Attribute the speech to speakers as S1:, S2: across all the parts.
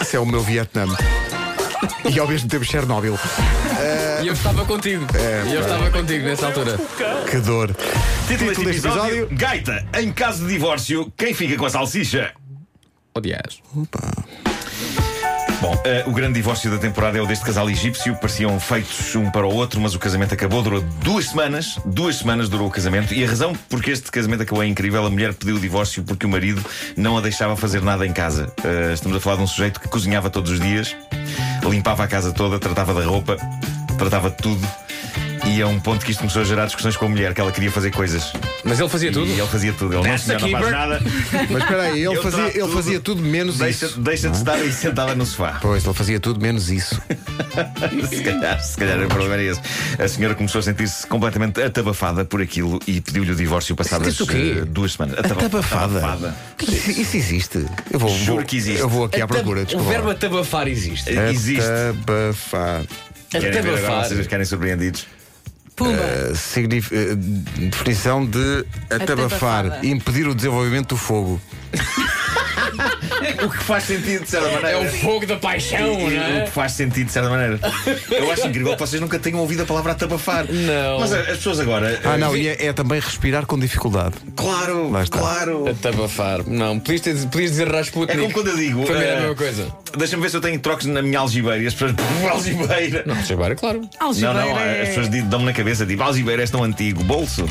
S1: Esse é o meu Vietnã. E ao mesmo tempo Chernobyl.
S2: E eu estava contigo. e eu estava contigo nessa altura.
S1: Que dor.
S3: Título deste episódio: Gaita, em caso de divórcio, quem fica com a salsicha?
S2: Odias.
S3: Bom, eh, o grande divórcio da temporada é o deste casal egípcio. Pareciam feitos um para o outro, mas o casamento acabou. Durou duas semanas. Duas semanas durou o casamento. E a razão porque este casamento acabou é incrível. A mulher pediu o divórcio porque o marido não a deixava fazer nada em casa. Eh, estamos a falar de um sujeito que cozinhava todos os dias, limpava a casa toda, tratava da roupa, tratava de tudo. E é um ponto que isto começou a gerar discussões com a mulher, que ela queria fazer coisas.
S2: Mas ele fazia tudo?
S3: E ele fazia tudo. Ele não,
S2: That's the
S3: senhor, não faz
S2: keeper.
S3: nada.
S1: Mas espera aí, ele,
S3: Eu
S1: fazia,
S3: trato
S1: ele
S3: tudo.
S1: fazia tudo menos
S3: Deixa,
S1: isso.
S3: deixa de estar aí sentada no sofá.
S1: Pois, ele fazia tudo menos isso.
S3: Se calhar, se calhar o problema era esse. A senhora começou a sentir-se completamente atabafada por aquilo e pediu-lhe o divórcio passadas
S2: Disse o quê?
S3: eh, duas semanas. Ataba-
S1: Atabafada. Isso, isso existe. Eu vou,
S3: Juro
S1: vou-
S3: que existe.
S1: Eu vou aqui à
S2: Atab-
S1: procura,
S2: o
S1: desculpa.
S2: verbo atabafar existe.
S3: Eh, Existe.
S1: Atabafar.
S3: Querem ver agora,
S2: Atabafar.
S3: vocês ficarem surpreendidos. É.
S1: Uh, signif- uh, definição de atabafar.
S4: Atabafada.
S1: Impedir o desenvolvimento do fogo.
S3: O que faz sentido, de certa maneira.
S2: É o fogo da paixão, não
S3: O
S2: é?
S3: que faz sentido, de certa maneira. Eu acho incrível que vocês nunca tenham ouvido a palavra atabafar.
S2: Não.
S3: Mas eh, as pessoas agora.
S1: Ah,
S3: eh,
S1: não, e é, é também respirar com dificuldade.
S3: Claro,
S1: Lá está.
S3: claro.
S2: Atabafar. Não, podias, ter, podias dizer
S3: É
S2: Rasputin.
S3: como quando eu digo.
S2: Também era
S3: eh,
S2: é a mesma coisa.
S3: Deixa-me ver se eu tenho trocos na minha algibeira e as pessoas. Algibeira!
S2: Algebeira, claro.
S3: Não,
S4: Algibeira
S3: não,
S4: é-
S3: as pessoas di- dão-me na cabeça, tipo, algibeira és tão antigo, bolso.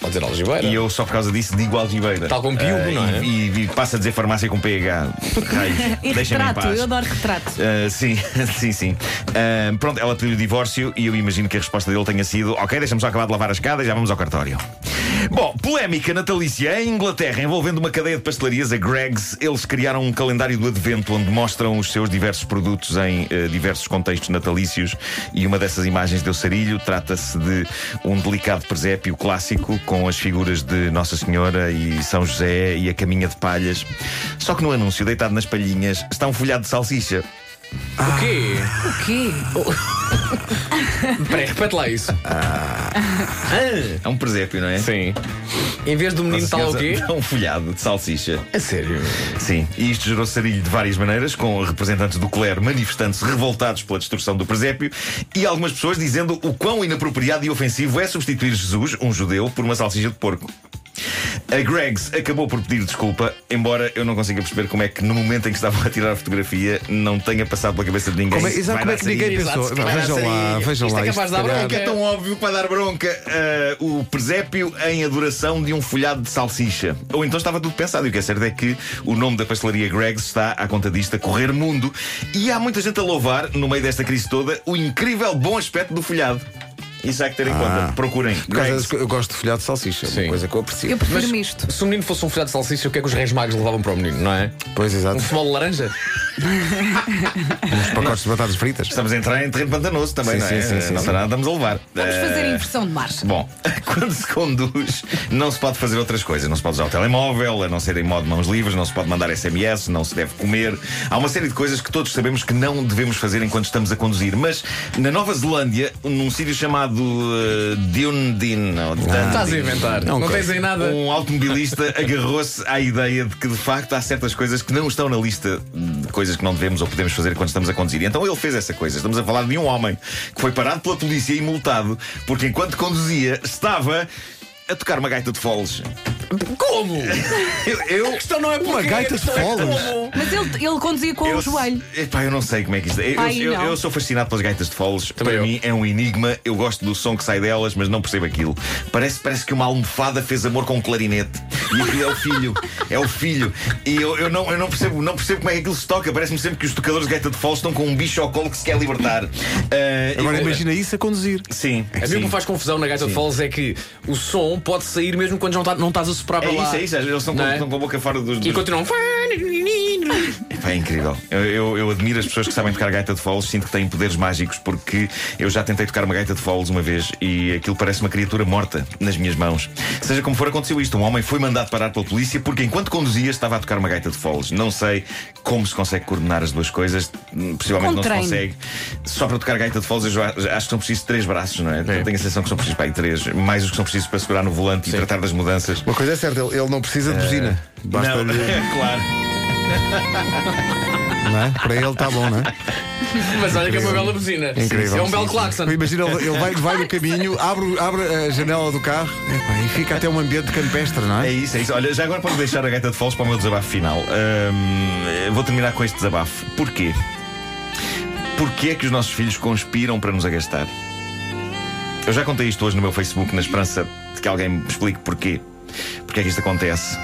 S2: Pode dizer algebeira.
S3: E eu só por causa disso digo algibeira.
S2: Tá. Tal como piugo,
S3: Ah,
S2: não é?
S3: E, e- e passa a dizer farmácia com PH.
S4: E
S3: Raios, deixa-me em
S4: é retrato,
S3: paz.
S4: eu adoro retrato.
S3: Ah, sim, sim, sim. Ah, pronto, ela pediu o divórcio e eu imagino que a resposta dele tenha sido: Ok, deixa-me só acabar de lavar as escada e já vamos ao cartório. Bom, polémica natalícia em Inglaterra envolvendo uma cadeia de pastelarias, a Greg's. Eles criaram um calendário do advento onde mostram os seus diversos produtos em eh, diversos contextos natalícios e uma dessas imagens deu sarilho. Trata-se de um delicado presépio clássico com as figuras de Nossa Senhora e São José e a caminha de palhas. Só que no anúncio, deitado nas palhinhas, está um folhado de salsicha.
S2: O quê?
S4: O quê?
S2: Peraí, repete lá isso.
S3: É um presépio, não é?
S2: Ah. Sim. Em vez do menino está
S3: Nossa
S2: lá o quê?
S3: Senhora dá Um folhado de salsicha.
S2: A sério.
S3: Sim, e isto gerou sarilho de várias maneiras, com representantes do clero manifestando-se revoltados pela destruição do presépio e algumas pessoas dizendo o quão inapropriado e ofensivo é substituir Jesus, um judeu, por uma salsicha de porco. A Greggs acabou por pedir desculpa, embora eu não consiga perceber como é que no momento em que estavam a tirar a fotografia não tenha passado pela cabeça de ninguém.
S1: Como é, exato,
S3: Vai
S1: como é
S3: dar
S1: que ninguém
S3: sarilho.
S2: exato,
S1: pensou?
S2: vai dar
S1: Vejam lá,
S2: sarilho.
S1: vejam
S2: Isto é
S1: lá.
S2: capaz de
S1: se
S2: dar
S1: calhar-
S3: Porque é tão óbvio para dar bronca ah, o presépio em adoração de um folhado de salsicha. Ou então estava tudo pensado, e o que é certo é que o nome da pastelaria Greg's está à conta disto a correr mundo. E há muita gente a louvar, no meio desta crise toda, o incrível bom aspecto do folhado. Isso há que ter em conta. Procurem.
S1: Ah. Por causa
S3: Greggs.
S1: disso, eu gosto de folhado de salsicha,
S2: Sim.
S1: uma coisa que eu aprecio.
S4: Eu prefiro
S2: Mas-
S4: misto.
S2: Se o menino fosse um folhado de salsicha, o que é que os reis magos levavam para o menino, não é?
S1: Pois,
S2: Um
S1: exato.
S2: futebol de laranja?
S1: Uns pacotes de batatas fritas.
S3: Estamos a entrar em terreno pantanoso também,
S1: Sim,
S3: não
S1: sim,
S3: é?
S1: sim, sim,
S3: não
S1: sim.
S3: está nada, estamos a levar.
S4: Vamos fazer
S3: Ah,
S4: a inversão de marcha.
S3: Bom, quando se conduz, não se pode fazer outras coisas. Não se pode usar o telemóvel, a não ser em modo mãos livres, não se pode mandar SMS, não se deve comer. Há uma série de coisas que todos sabemos que não devemos fazer enquanto estamos a conduzir. Mas na Nova Zelândia, num sítio chamado uh, Dunedin, ou Dundee,
S2: Ah, Estás a inventar.
S1: Não
S2: Não,
S1: quero.
S2: tens aí nada.
S3: um automobilista agarrou-se à ideia de que de facto há certas coisas que não estão na lista de coisas que não devemos ou podemos fazer quando estamos a conduzir. E Então ele fez essa coisa. Estamos a falar de um homem que foi parado pela polícia e multado porque enquanto conduzia estava a tocar uma gaita de foles.
S2: Como?
S3: Eu, eu,
S2: Isto não é
S1: Uma
S2: porque,
S1: gaita de
S2: isto é
S1: foles.
S2: como.
S4: Mas ele, ele conduzia com
S3: eu,
S4: o um joelho.
S3: Epá, eu não sei como é que isto é. Eu,
S4: Ai,
S3: eu-
S4: não.
S3: eu sou fascinado pelas gaitas de foles.
S2: Também
S3: Para
S2: eu.
S3: mim é um enigma. Eu gosto do som que sai delas, mas não percebo aquilo. Parece, parece que uma almofada fez amor com um clarinete. E aquilo é o filho. É o filho. E eu, eu, não, eu não, percebo, não percebo como é que aquilo se toca. Parece-me sempre que os tocadores de gaita de foles estão com um bicho ao colo que se quer libertar. Ah,
S1: Agora
S3: eu-
S1: imagina isso a conduzir.
S3: Sim.
S2: A mim o
S3: sim.
S2: É que me faz confusão na gaita de foles é que o som pode sair mesmo quando não tá- não estás a soprar
S3: É
S2: para lá.
S3: isso, é isso. Eles estão com,
S2: Não é?
S3: estão com a boca fora dos.
S2: E um
S3: dos...
S2: continuam.
S3: Pá, É incrível. Eu, eu- eu admiro as pessoas que sabem tocar gaita de foles, sinto que têm poderes mágicos, porque eu já tentei tocar uma gaita de foles uma vez e aquilo parece uma criatura morta nas minhas mãos. Seja como for, aconteceu isto. Um homem foi mandado parar pela polícia porque enquanto conduzia estava a tocar uma gaita de foles. Não sei como se consegue coordenar as duas coisas, hum, possivelmente
S4: Com
S3: não se
S4: treino.
S3: consegue. Só para tocar gaita de foles, eu já- já acho que são precisos três braços, não é? Eu tenho a sensação que são precisos para aí três, mais os que são precisos para segurar no volante e tratar das mudanças.
S1: Uma coisa é certa, ele, ele Eh, não precisa de buzina. Basta
S3: não,
S1: lhe-
S3: claro.
S1: Não é? Para ele está bom, não é?
S2: Mas olha que é uma bela buzina.
S1: Incrível.
S2: É um belo claxon.
S1: Imagina, ele, ele vai, vai no caminho, abre, o- abre a janela do carro epá, e fica até um ambiente campestre, não
S3: É
S1: é?
S3: isso, é isso. Olha, já agora posso deixar a gaita de foles para o meu desabafo final. Hum, vou terminar com este desabafo. Porquê? Porquê é que os nossos filhos conspiram para nos agastar? Eu já contei isto hoje no meu Facebook, na esperança de que alguém me explique porquê. Porquê é que isto acontece?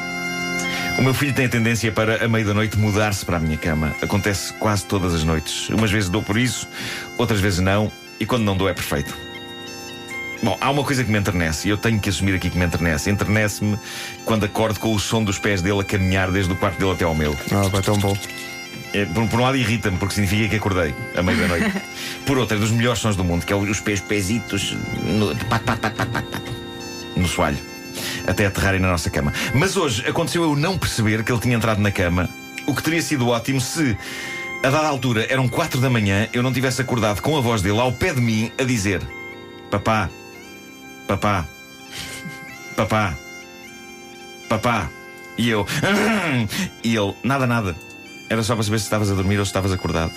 S3: O meu filho tem a tendência para, a meio da noite, mudar-se para a minha cama. Acontece quase todas as noites. Umas vezes dou por isso, outras vezes não, e quando não dou é perfeito. Bom, há uma coisa que me enternece e eu tenho que assumir aqui que me enternece. Enternece-me quando acordo com o som dos pés dele a caminhar desde o quarto dele até ao meu.
S1: Ah, pá, tão bom.
S3: É, por, por um lado irrita-me, porque significa que acordei à meia da noite. por outro, é dos melhores sons do mundo, que é os pés pezitos no, pat, pat, pat, pat, pat, pat, no soalho, até aterrarem na nossa cama. Mas hoje aconteceu eu não perceber que ele tinha entrado na cama, o que teria sido ótimo se, a dada altura, eram quatro da manhã, eu não tivesse acordado com a voz dele ao pé de mim a dizer: Papá, papá, papá, papá. E eu, e ele, nada, nada. Era só para saber se estavas a dormir ou se estavas acordado.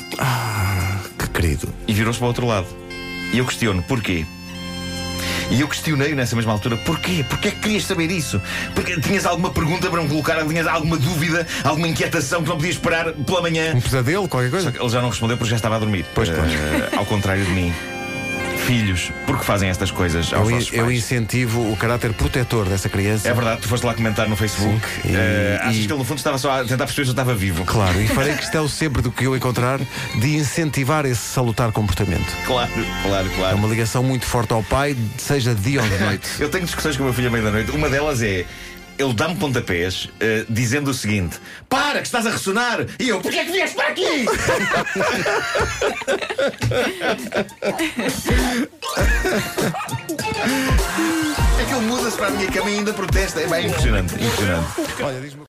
S1: Que querido.
S3: E virou-se para o outro lado. E eu questiono, porquê? E eu questionei-o nessa mesma altura, porquê? Porquê é que querias saber isso? Porque tinhas alguma pergunta para me colocar, tinhas alguma dúvida, alguma inquietação que não podias esperar pela manhã?
S1: Um pesadelo, qualquer coisa?
S3: Ele já não respondeu porque já estava a dormir.
S1: Pois,
S3: Eh, ao contrário de mim. Filhos, porque fazem estas coisas aos
S1: Eu,
S3: vossos
S1: eu
S3: pais?
S1: incentivo o caráter protetor dessa criança.
S3: É verdade, tu foste lá comentar no Facebook.
S1: Sim. E-
S3: Eh, achas
S1: e-
S3: que ele no fundo estava só a tentar perceber se eu estava vivo.
S1: Claro, e farei questão sempre do que eu encontrar de incentivar esse salutar comportamento.
S3: Claro, claro,
S1: É
S3: claro.
S1: uma ligação muito forte ao pai, seja de dia ou de noite.
S3: Eu tenho discussões com o meu filho à meia-noite. Uma delas é. Ele dá-me pontapés eh, dizendo o seguinte: Para, que estás a ressonar! E eu, porquê é que vieste para aqui? é que ele muda-se para a minha cama e ainda protesta. É bem impressionante, impressionante.
S1: Olha, diz-me.